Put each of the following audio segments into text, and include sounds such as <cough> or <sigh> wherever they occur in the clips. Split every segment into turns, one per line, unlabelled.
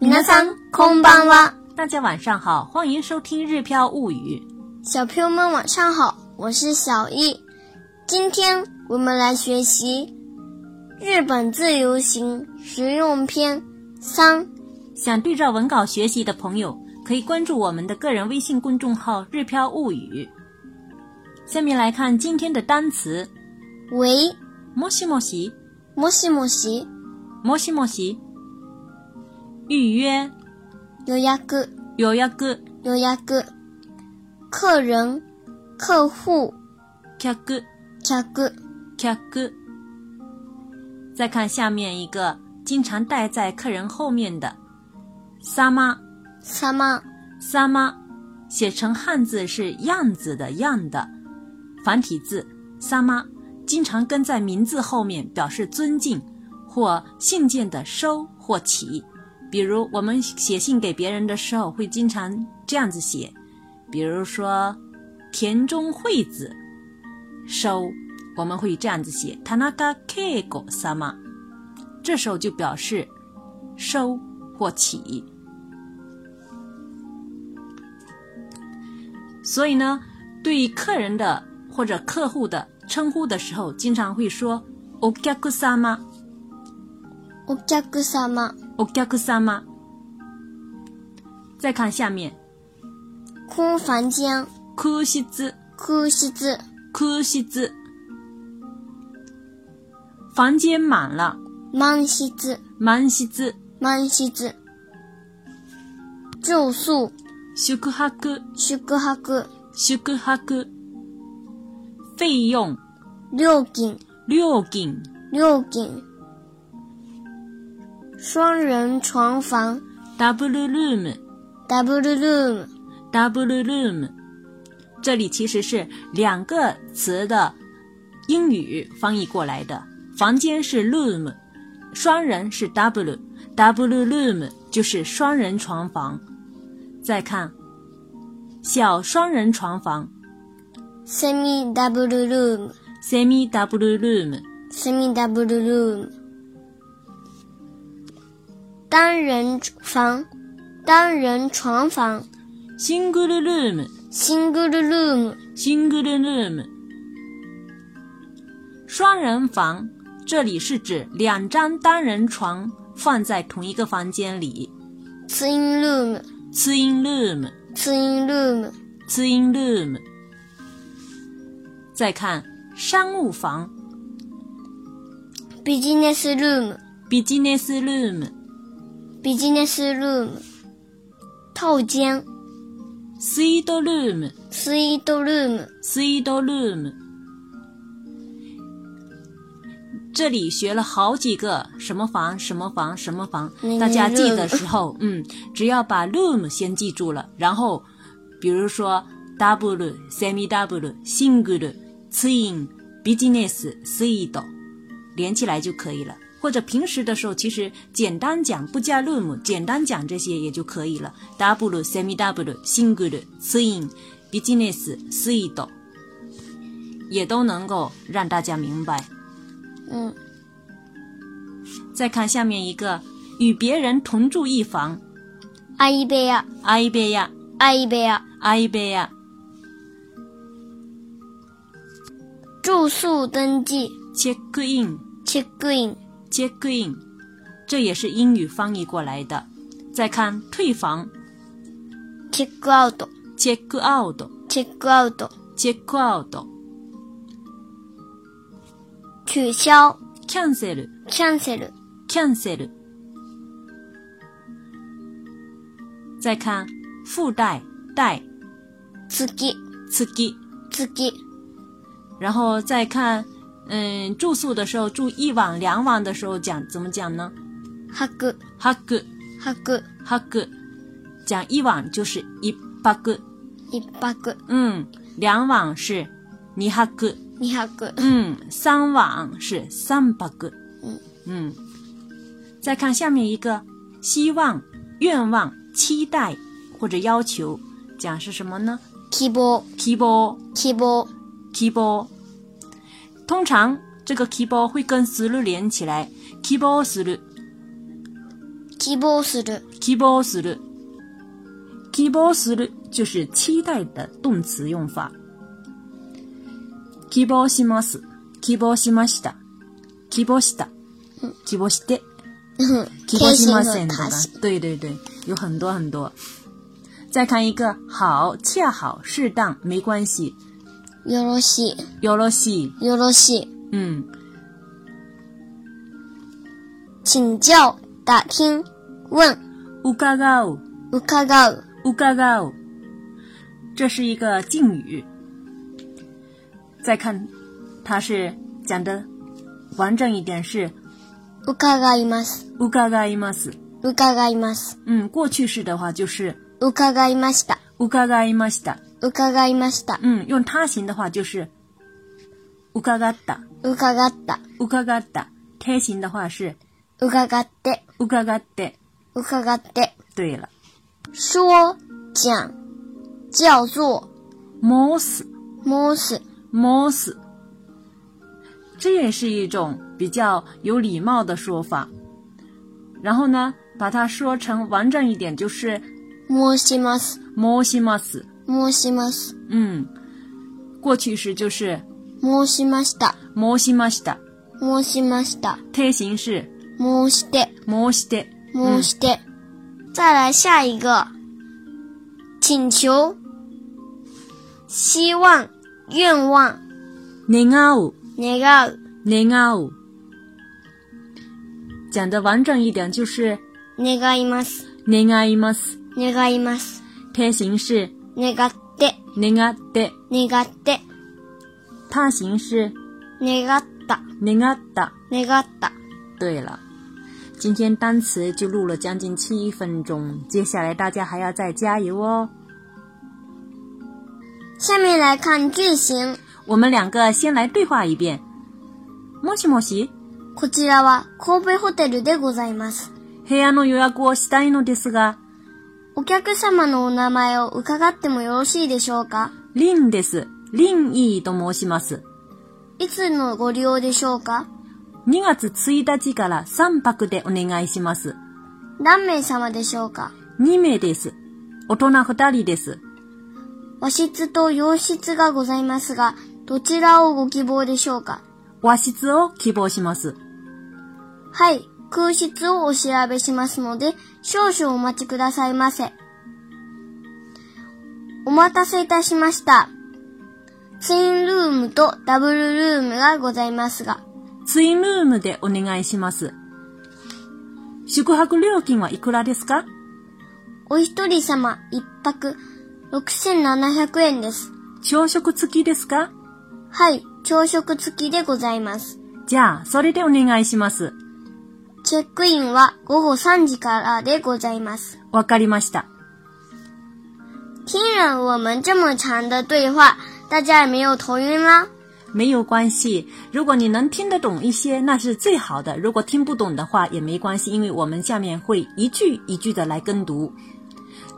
皆さんこんばんは。
大家晚上好，欢迎收听《日飘物语》。
小朋友们晚上好，我是小易。今天我们来学习《日本自由行实用篇》三。
想对照文稿学习的朋友，可以关注我们的个人微信公众号“日飘物语”。下面来看今天的单词：
喂，
もしもし、
もしもし、
もしもし。预约、
予約、
予約、
予約。客人、客户、
客、
客。
客。再看下面一个经常带在客人后面的“撒妈
様、様
撒妈”，写成汉字是“样子”的“样”的繁体字“撒妈”，经常跟在名字后面，表示尊敬或信件的收或起。比如我们写信给别人的时候，会经常这样子写，比如说“田中惠子收”，我们会这样子写“田中圭子様”，这时候就表示收或起。所以呢，对客人的或者客户的称呼的时候，经常会说“お客様”。
お客様、
お客様。再看下面，
空房间、
空室、
空室、
空室。房间满了，
満室、
満室。
満室。住宿、
宿泊、
宿泊、
宿泊。费用、
料金、
料金、
料金。双人床房、
double room、
ダブルルーム、
double room。这里其实是两个词的英语翻译过来的。房间是 room，双人是 double，double room 就是双人床房。再看小双人床房
セミダブルルーム、
semi double room，
セミダブルルーム。单人房、单人床房、
single room。
シングルルーム、
single room，双人房，这里是指两张单人床放在同一个房间里。
ツインルーム、
twin room，twin
ツインルーム、
room。再看商务房
ビジネスルーム、
，business room，suite
ビジネスルーム。套间、
room，suite
スイートルーム、
room。这里学了好几个什么房、什么房、什么房
嗯，
大家记的
room
时候，嗯，只要把 room 先记住了，然后比如说 double、semi double、single、twin、business、suite 连起来就可以了。或者平时的时候，其实简单讲不加 room，简单讲这些也就可以了。double、semi double、single、twin、business、suite 也都能够让大家明白。
うん。
再看下面一个，与别人同住一房，
相部屋、
相部屋，
相部屋。
相部屋，
住宿登记、
check in，
チェックイン、
check in，这也是英语翻译过来的。再看退房
チェックアウト、
check out，check
チェックアウト。
out，cancel，
取消、キャンセル、
cancel。再看附带带
月、
月，
月。
然后再看嗯住宿的时候住一晚两晚的时候讲怎么讲呢？
泊、
哈个。
泊、
泊，讲一晚就是一泊，
一泊、
嗯，两晚是二泊，
二泊。
嗯，三晚是三泊，嗯嗯。再看下面一个，希望、愿望、期待或者要求，讲是什么呢？
希望、
希望、
希望、
希望。通常这个希望会跟する连起来，希望する、
希望する、
希望する。希望する就是期待的动词用法。希望します。希望しました。希望した。希
<laughs>
望して。希望
天
し
心
ま
和
せん的
他
吧
心。
对对对，有很多很多。再看一个，好，恰好，适当，没关系。
よろし
よろしい。
い、よろしい。
嗯，
请教、打听、问、
伺う。
伺う、
うかがう，这是一个敬语。再看，它是讲的完整一点是
伺います、
うかがいます。
伺います、
嗯，过去式的话就是
伺いました、
うかがいました。
伺いました、
嗯，用他形的话就是うかがった。
伺った、
うかがった。他形的话是
伺って、
うかがって。
伺って。
对了，
说、讲、叫做、
申す
申す、
申す，这也是一种比较有礼貌的说法。然后呢，把它说成完整一点就是
申します、
申します。
申します、
嗯，过去式就是
申しました、
申しました，
申しました、
推形是
申して、
申して。
申して。再来下一个，请求、希望、愿望、
願う
願う、
願う，讲的完整一点就是
願います、
願います，
願います、
推形是
願って、
願って，
願って、
他形是
願った、
願った。
願った。
对了，今天单词就录了将近七分钟，接下来大家还要再加油哦。
下面来看句型，
我们两个先来对话一遍。もしもし、
こちらは神戸ホテルでございます。
部屋の予約をしたいのですが、
お客様のお名前を伺ってもよろしいでしょうか
リンです。リンイーと申します。
いつのご利用でしょうか
2月1日から3泊でお願いします。
何名様でしょうか
2名です。大人2人です。
和室と洋室がございますが、どちらをご希望でしょうか
和室を希望します。
はい、空室をお調べしますので、少々お待ちくださいませ。お待たせいたしました。ツインルームとダブルルームがございますが、
ツインルームでお願いします。宿泊料金はいくらですか
お一人様一泊6700円です。
朝食付きですか
はい、朝食付きでございます。
じゃあ、それでお願いします。
チェックインは午後3時からでございます。
わかりました。
听了我们这么长的对话，大家也没有头晕啦。
没有关系，如果你能听得懂一些，那是最好的；如果听不懂的话也没关系，因为我们下面会一句一句的来跟读。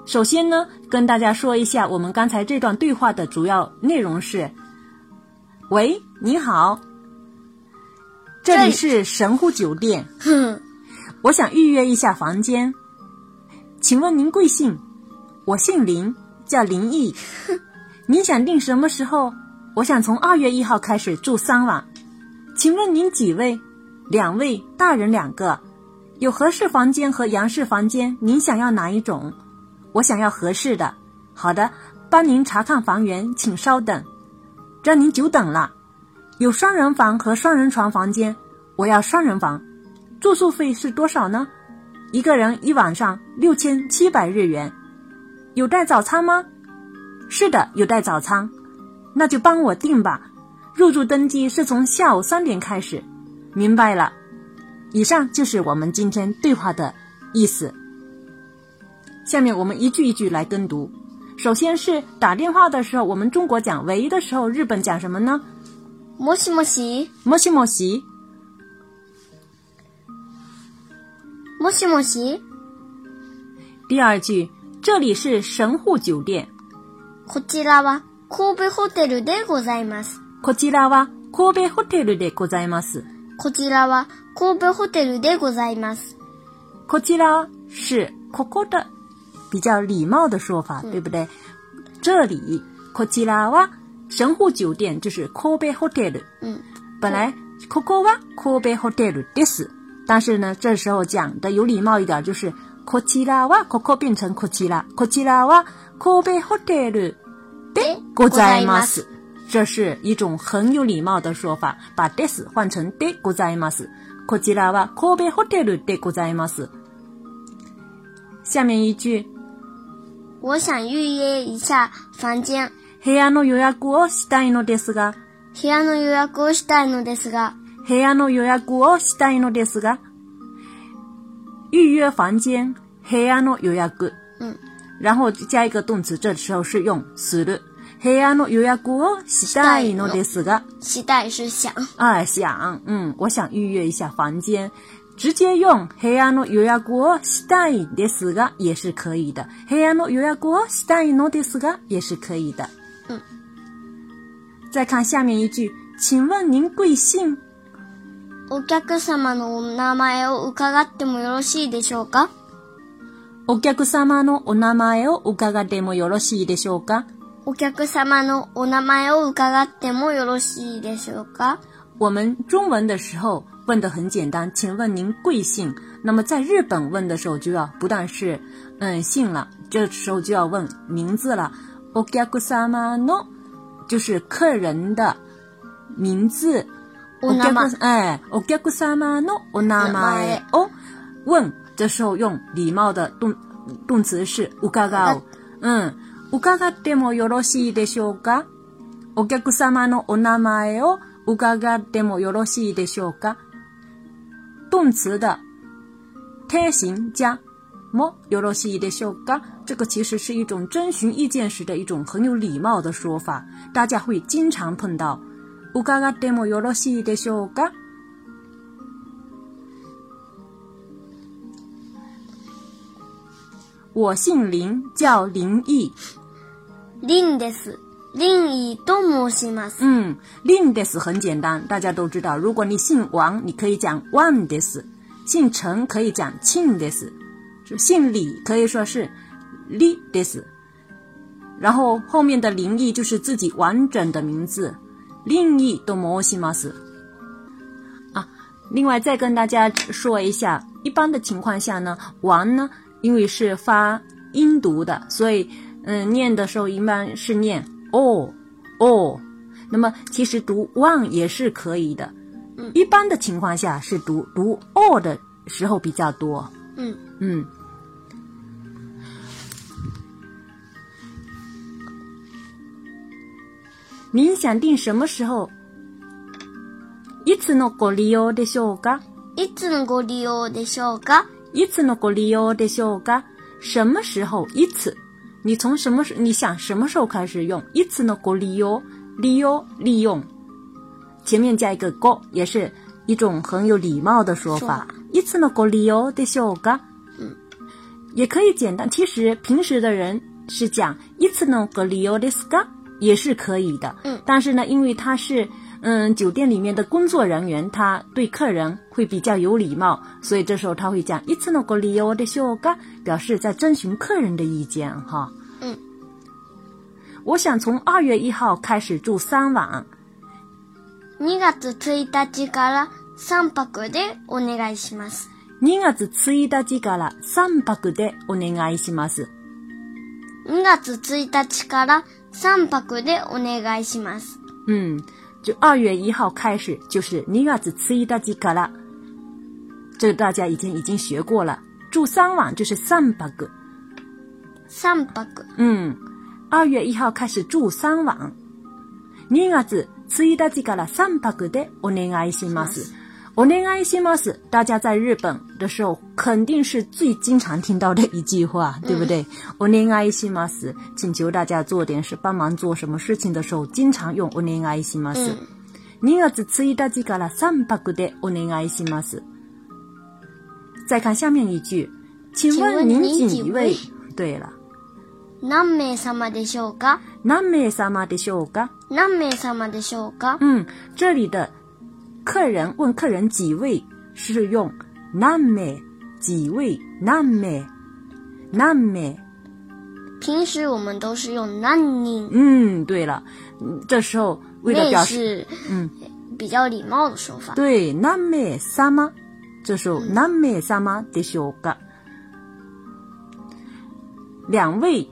首先呢，跟大家说一下我们刚才这段对话的主要内容是：喂，你好，这里是神户酒店，
哼，
我想预约一下房间，请问您贵姓？我姓林，叫林毅。您想定什么时候？我想从二月一号开始住三晚，请问您几位？两位，大人两个。有合适房间和洋式房间，您想要哪一种？我想要合适的。好的，帮您查看房源，请稍等，让您久等了。有双人房和双人床房间，我要双人房。住宿费是多少呢？一个人一晚上六千七百日元。有带早餐吗？是的，有带早餐。那就帮我订吧。入住登记是从下午三点开始。明白了。以上就是我们今天对话的意思。下面我们一句一句来跟读。首先是打电话的时候，我们中国讲“喂”的时候，日本讲什么呢？
もしもし、
もしもし。
もしもし、
第二句，这里是神户酒店。
こちらは神戸ホテルでございます。
こちらは神戸ホテルでございます。
こちらは神戸ホテルでございます。
こちら是ここ的，比较礼貌的说法，对不对？这里こちらは神户酒店就是 Kobe Hotel，
嗯，
本来ここは Kobe Hotel です，但是呢，这时候讲的有礼貌一点，就是こちらはここ变成こちら，こちらは Kobe Hotel
で
ございます。这是一种很有礼貌的说法，把 this 换成でございます。こちらは神戸ホテルでございます。下面一句，
我想预约一下房间。
部屋の予約をしたいのですが、
部屋の予約をしたいのですが、
部屋の予約をしたいのですが、预约房间，部屋の予約。
嗯，
然后加一个动词，这时候是用する。部屋の予約をしたいのですが。
期待是想。
啊，想，嗯，我想预约一下房间，直接用部屋の予約をしたいですが也是可以的，部屋の予約をしたいのですが也是可以的。
嗯，
再看下面一句，请问您贵姓？
お客様のお名前を伺ってもよろしいでしょうか
お客様のお名前を伺ってもよろしいでしょうか？
お客様のお名前を伺ってもよろしいでしょうか
我们中文的时候问的很简单，请问您贵姓？那么在日本问的时候就要不但是嗯姓了，这时候就要问名字了。お客様の就是客人的名字。
お名前
お客哎，お客様のお名前を哦问，这时候用礼貌的动动词是伺う。嗯，伺ってもよろしいでしょうか？お客様のお名前を伺ってもよろしいでしょうか？动词的贴形加もよろしいでしょうか？这个其实是一种征询意见时的一种很有礼貌的说法，大家会经常碰到。伺ってもよろしいでしょうか？我姓林，叫林毅。
リンです。リンイと申します。
嗯，lin des 很简单，大家都知道。如果你姓王，你可以讲 one des；姓陈可以讲 qin des；姓李可以说是 li des。然后后面的林毅就是自己完整的名字，林毅都摩西马斯。啊，另外再跟大家说一下，一般的情况下呢，王呢，因为是发音读的，所以嗯，念的时候一般是念哦 o o。那么其实读 one 也是可以的，一般的情况下是读读 all 的时候比较多。
うん。
嗯，您想定什么时候？いつのご利用でしょうか？
いつのご利用でしょうか
いつのご利用でしょうか？什么时候？いつ？你从什么时？你想什么时候开始用？いつのご利用？利用利用，前面加一个ご，也是一种很有礼貌的说
说
法
法。
いつのご利用でしょうか？也可以简单。其实平时的人是讲いつのご利用ですか，也是可以的。
嗯
但是呢，因为他是嗯酒店里面的工作人员，他对客人会比较有礼貌，所以这时候他会讲いつのご利用でしょうか，表示在征询客人的意见哈。
嗯，
我想从二月一号开始住三晚。
?2 月1日から3泊でお願いします。
2月1日から3泊でお願いします。
2月1日から3泊でお願いします。
嗯，就二月一号开始，就是2月1日から。这个大家已经已经学过了。住三晚就是三泊。
3泊。
嗯，二月一号开始住三晚。2月1日から三泊でお願いします。お願いします，大家在日本的时候肯定是最经常听到的一句话，对不对？お願いします，请求大家做点事，帮忙做什么事情的时候，经常用お願いし
嗯
ます。2月1日から3泊でお願いします。再看下面一句，请问您几
请问
位
您几？
对了，
何名様でしょうか
何名様でしょうか？
何名様でしょうか
嗯，这里的客人问客人几位是用何名几位何名何名
平时我们都是用那你，
嗯，对了，嗯这时候为了表
那
示
是
嗯
比较礼貌的说法。
对何名様，这时候何名様でしょうか？两位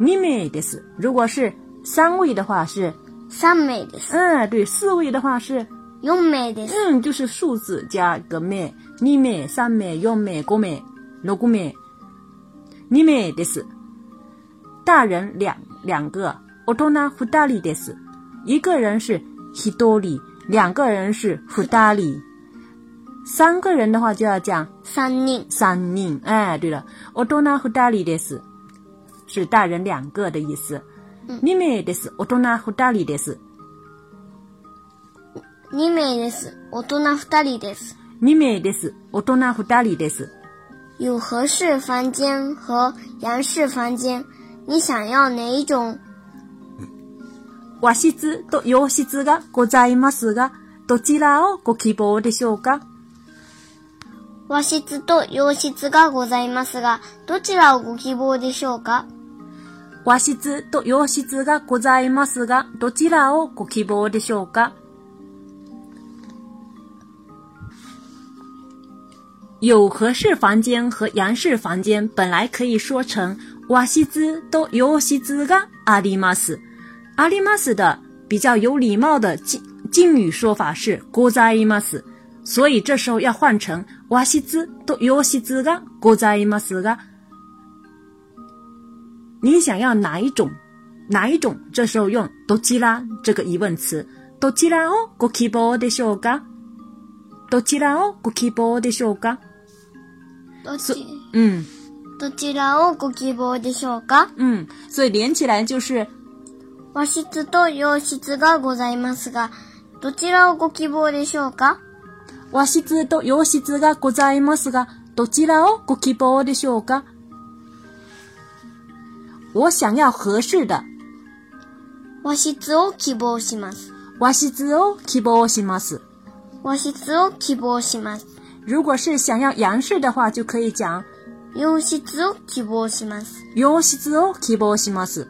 二名です。如果是三位的话是
三美的す，
嗯，对，四位的话是
四美的す，
嗯，就是数字加个名，二名、三名、四名、五名、六名、二名です。大人两两个，大人二人です。一个人是一人，两个人是二人，三个人的话就要讲
三人，
三人。哎，对了，大人二人です，是大人两个的意思。二名です。大人二人です。
二美的す，大人二人です。
二名です。大人二人です。
有和式房间和洋式房间，你想要哪一种？
和室と洋室がございますが、どちらをご希望でしょうか
和室と洋室がございますが、どちらをご希望でしょうか
和室と洋室がございますが、どちらをご希望でしょうか有和式房间和洋式房间本来可以说成和室と洋室があります。あります的比较有礼貌的敬敬语说法是ございます，所以这时候要换成和室と洋室がございますが。你想要哪一种？哪一种？这时候用どちら这个疑问词。どちらをご希望でしょうか？どちらをご希望でしょうか？
ど
所
ち
嗯
どちらをご希望でしょうか
嗯，所以连起来就是
和室と洋室がございますが、どちらをご希望でしょうか
和室と洋室がございますが、どちらをご希望でしょうか？我想要合适的
和室を希望します。
和室を希望します。
和室を希望します。
如果是想要洋式的话，就可以讲
洋室を希望します。
洋室を希望します。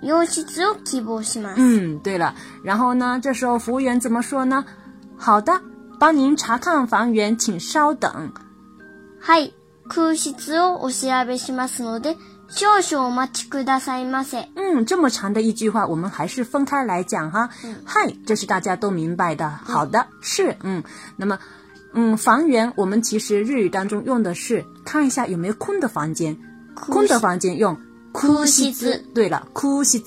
洋室を希望します。
嗯，对了，然后呢，这时候服务员怎么说呢？好的，帮您查看房源，请稍等。
はい。空室をお調べしますので、少々お待ちくださいませ。
嗯，这么长的一句话，我们还是分开来讲哈。嗨、这是大家都明白的。好的，是嗯。那么，嗯，房源我们其实日语当中用的是看一下有没有空的房间，空的房间用
空
室
室。
对了，空室，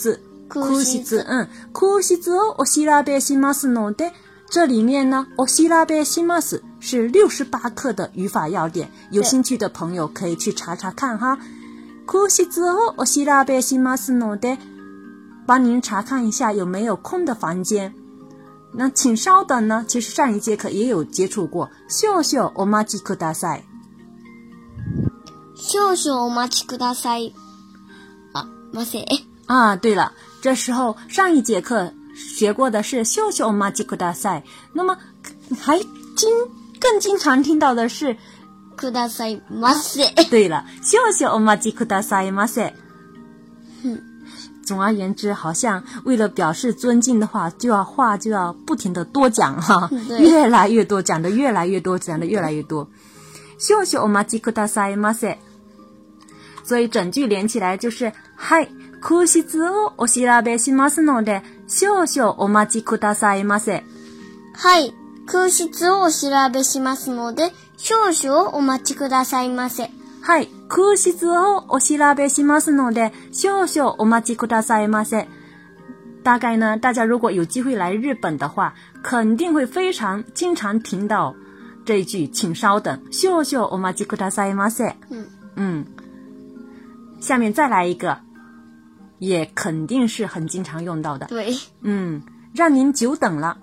空室
嗯，空室をお調べしますので，这里面呢，お調べします是六十八课的语法要点，有
对
兴趣的朋友可以去查查看哈。空室をお調べしますので，帮您查看一下有没有空的房间。那请稍等呢，其实上一节课也有接触过。秀秀，お待ちください。
少々お待ちください。あ、ませ。
啊，对了，这时候上一节课学过的是秀秀马吉克大赛，那么还经更经常听到的是，
くださいませ。
对了，秀秀马吉克大赛马赛。总而言之，好像为了表示尊敬的话，就要话就要不停的多讲哈、
对
越来越多，讲的越来越多，讲的越来越多。秀秀お待ちくださいませ。所以整句连起来就是：はい、空室をお調べしますので、少々お待ちくださいませ。
はい。空室をお調べしますので、少々お待ちくださいませ。
はい、空室をお調べしますので、少々お待ちくださいませ。大概呢，大家如果有机会来日本的话，肯定会非常经常听到这一句“请稍等”，少々お待ちくださいませ。
嗯
嗯，下面再来一个，也肯定是很经常用到的。
对。
嗯，让您久等了。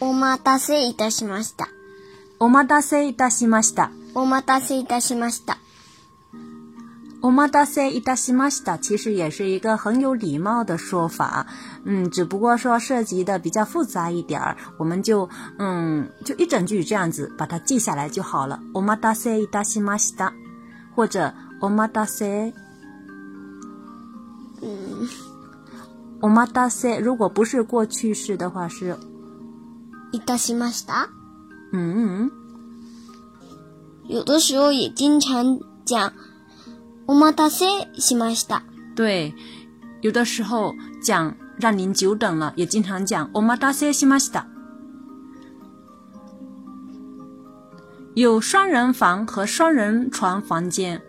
お待たせいたしました。
お待たせいたしました。
お待たせいたしました。
お待たせいたしました，其实也是一个很有礼貌的说法，嗯，只不过说涉及的比较复杂一点儿，我们就嗯就一整句这样子把它记下来就好了。お待たせいたしました。或者お待たせ。
嗯，
お待たせ如果不是过去式的话是
いたしました。
嗯，
有的时候也经常讲“お待たせしました
对，有的时候讲让您久等了，也经常讲お待たせしました。有双人房和双人床房间。”。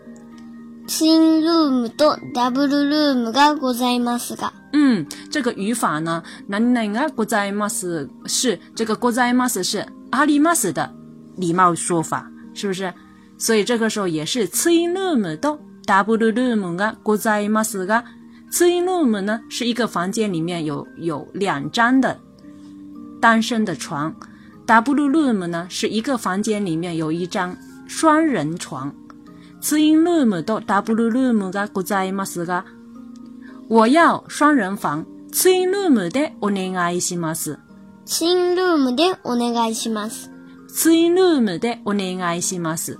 新ルームとダブルルームがございますが、
嗯，这个语法呢，哪里哪个ございます是这个ございます是あります的礼貌说法，是不是？所以这个时候也是ツインルームとダブルルームがございますが，ツインルーム呢是一个房间里面有有两张的单身的床，ダブルルーム呢是一个房间里面有一张双人床。ツインルームとダブルルームがございますが。我要双人房，ツインルームでお願いします。
新ルームでお願いします。
ツインルームでお願いします。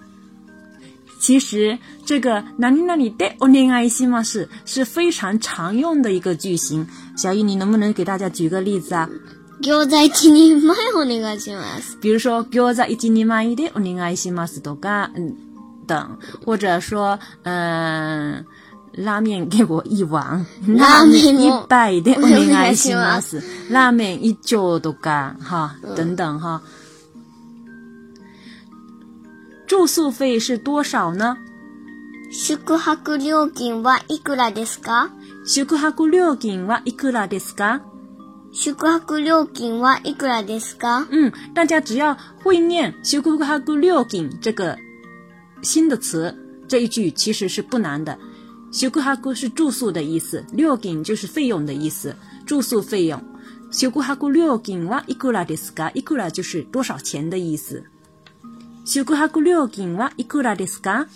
其实这个“哪里哪里でお願いします”是非常常用的一个句型。小易，你能不能给大家举个例子啊？
餃子一人 <laughs> 前お願いします。
比如说餃子一人前でお願いしますとか，嗯，等，或者说，嗯、拉面给我一碗，
ラーメン
一
を
杯でお願いしま。
お願いします
拉面一丁とか，哈，等等哈。住宿费是多少呢？
宿泊料金はいくらですか
宿泊料金はいくらですか？
宿泊料金はいくらですか
嗯，大家只要会念 s h u k u h a g u 六景这个新的词，这一句其实是不难的。s h u k u h a g u 是住宿的意思，六景就是费用的意思，住宿费用。s h u k u h a g u 六景哇，いくらですか？いくら就是多少钱的意思。s h u k u h a g u 六景哇，いくらですか？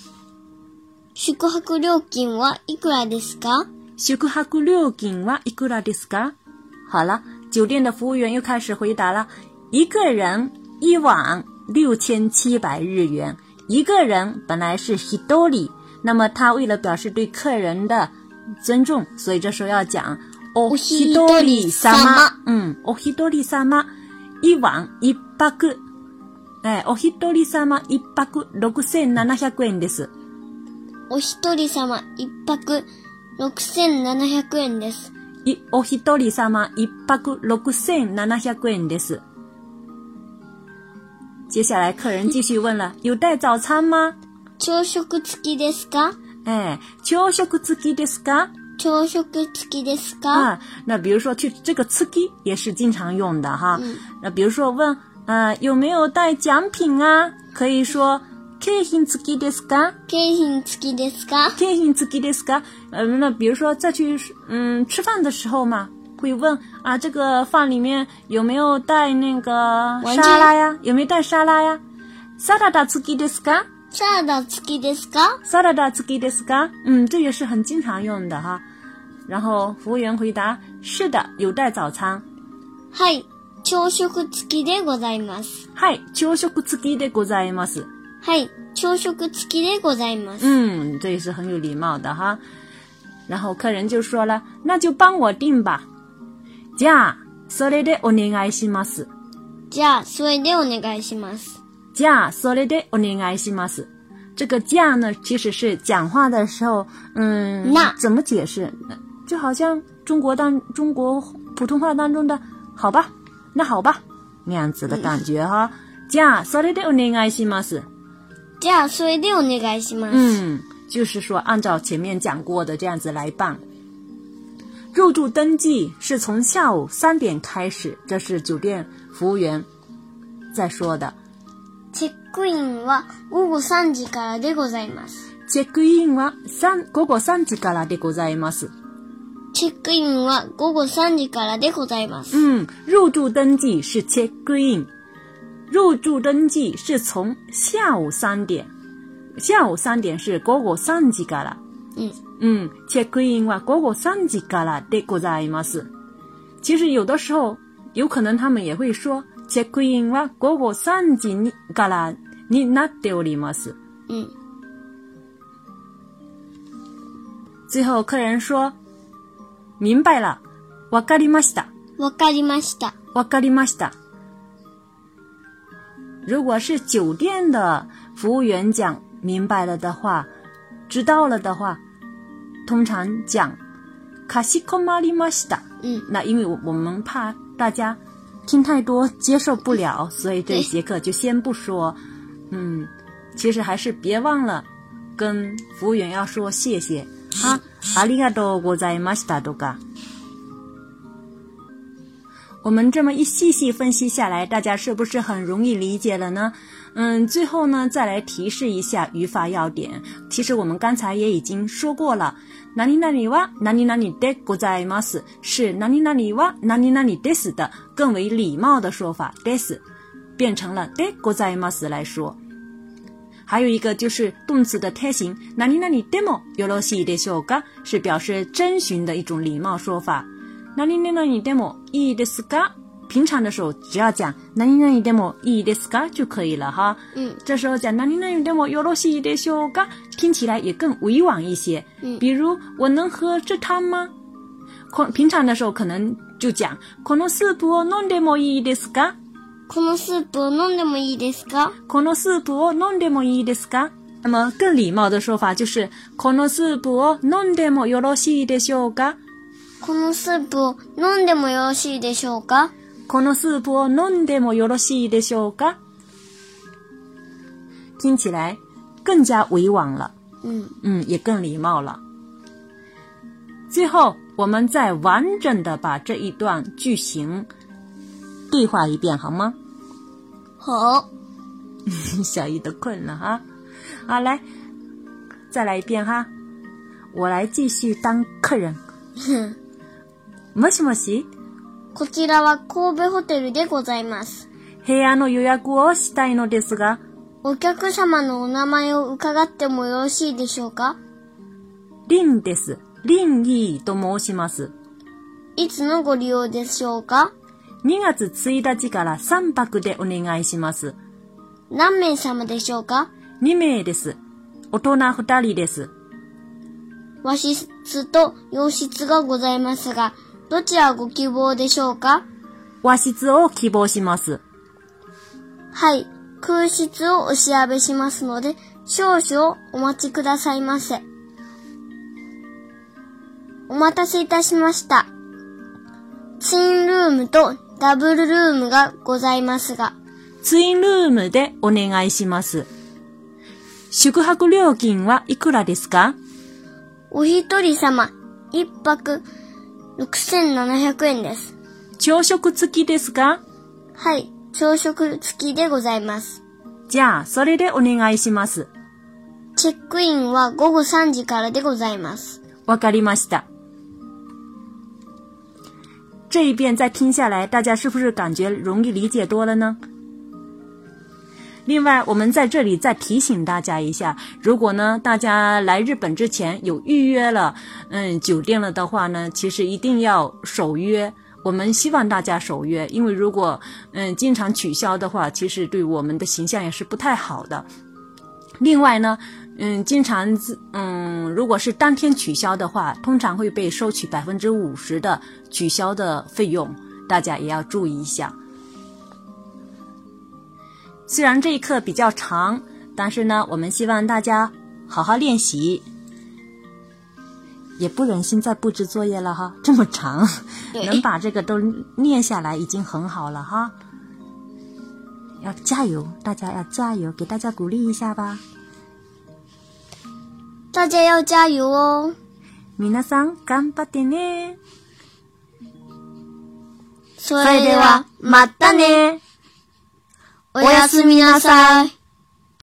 宿泊料金はいくらですか
宿泊料金はいくらですか？好了，酒店的服务员又开始回答了：一个人一晚六千七百日元，一个人本来是 hidori，那么他为了表示对客人的尊重，所以这时候要讲お一人様，嗯，お一人様嗯哦一晚一泊，哎，お一人様一泊六千七百円です。
お一人様一泊6700円です。
いお一人様一泊六千七百円です。接下来客人继续问了：有带早餐吗？
朝食付きですか
哎，朝食付きですか？
朝食付きですか
啊，那比如说去这个付き也是经常用的哈。那比如说问，呃，有没有带奖品啊？可以说景品付きですか？
景品付きですか
景品付きですか？呃，那比如说再去嗯吃饭的时候嘛，会问啊，这个饭里面有没有带那个
具
沙拉呀？有没有带沙拉呀？サラダ付きですか？
サラダ付きですか
サラダ付きですか？嗯，这也是很经常用的哈。然后服务员回答：是的，有带早餐。
はい。朝食付きでございます。
はい、朝食付きでございます。
はい。朝食付きでございます。
嗯，这也是很有礼貌的哈。然后客人就说了：“那就帮我订吧。”じゃあ、それでお願いします。
じゃあ、それでお願いします。
じゃあ、それでお願いします。这个“じゃ”呢，其实是讲话的时候，嗯，
那
怎么解释？就好像中国当中国普通话当中的“好吧”，那好吧，那样子的感觉哈。じゃあ、それでお願いします。
じゃあ、それでお願いします。
嗯，就是说按照前面讲过的这样子来办。入住登记是从下午三点开始，这是酒店服务员在说的。
チェックインは午後3時からでございます。
チェックインは三午後3時からでございます。
チェックインは午後3時からでございます。
嗯，入住登记是 check in，入住登记是从下午三点，下午三点是午後三時から。
嗯
嗯，check in は午後三時からでございます。其实有的时候，有可能他们也会说 check in は午後三時にからになっております。
うん。
最后客人说：“明白了，わかりました，
わかりました。
わかりました。”如果是酒店的服务员讲“明白了”的话，知道了的话，通常讲“かしこまりました”。
嗯，
那因为我我们怕大家听太多接受不了，所以这一节课就先不说。嗯，其实还是别忘了跟服务员要说谢谢啊，ありがとうございましたとか。我们这么一细细分析下来，大家是不是很容易理解了呢？嗯，最后呢，再来提示一下语法要点。其实我们刚才也已经说过了，哪里哪里哇，哪里哪里でございます是哪里哪里哇，哪里哪里です的更为礼貌的说法，des 变成了哎でございます来说。还有一个就是动词的泰形，哪里哪里 demo よろしいでしょうか，是表示征询的一种礼貌说法。哪里哪里 demo いいですか？平常的时候只要讲哪里哪里 demo いいですか就可以了哈。
嗯，
这时候讲哪里哪里 demo よろしいでしょうか，听起来也更委婉一些。
嗯
比如我能喝这汤吗？こ平常的时候可能就讲このスープを飲んでもいいですか？
このスープを飲んでもいいですか？
このスープを飲んでもいいですか？那么更礼貌的说法就是このスープを飲んでもよろしいでしょうか？
このスープを飲んでもよろしいでしょうか？
このスープを飲んでもよろしいでしょうか？听起来更加委婉了，
嗯，
嗯，也更礼貌了。最后，我们再完整的把这一段句型对话一遍，好吗？
好。
<laughs> 小易都困了哈。好，来，再来一遍哈。我来继续当客人。もしもし、
こちらは神戸ホテルでございます。
部屋の予約をしたいのですが、
お客様のお名前を伺ってもよろしいでしょうか
リンです。リンイーと申します。
いつのご利用でしょうか
2月1日から3泊でお願いします。
何名様でしょうか
2名です。大人2人です。
和室と洋室がございますが、どちらご希望でしょうか
和室を希望します。
はい、空室をお調べしますので、少々お待ちくださいませ。お待たせいたしました。ツインルームとダブルルームがございますが、
ツインルームでお願いします。宿泊料金はいくらですか
お一人様、一泊、6700円です。
朝食付きですか
はい、朝食付きでございます。
じゃあ、それでお願いします。
チェックインは午後3時からでございます。
わかりました。这一遍再听下来，大家是不是感觉容易理解多了呢？另外，我们在这里再提醒大家一下，如果呢大家来日本之前有预约了，嗯，酒店了的话呢，其实一定要守约。我们希望大家守约，因为如果嗯经常取消的话，其实对我们的形象也是不太好的。另外呢，嗯，经常自嗯，如果是当天取消的话，通常会被收取百分之五十的取消的费用，大家也要注意一下。虽然这一课比较长，但是呢，我们希望大家好好练习。也不忍心再布置作业了哈，这么长，
对
能把这个都念下来已经很好了哈。要加油，大家要加油，给大家鼓励一下吧。
大家要加油哦。
皆さん頑張ってね。
それでは、またね。おやすみなさい。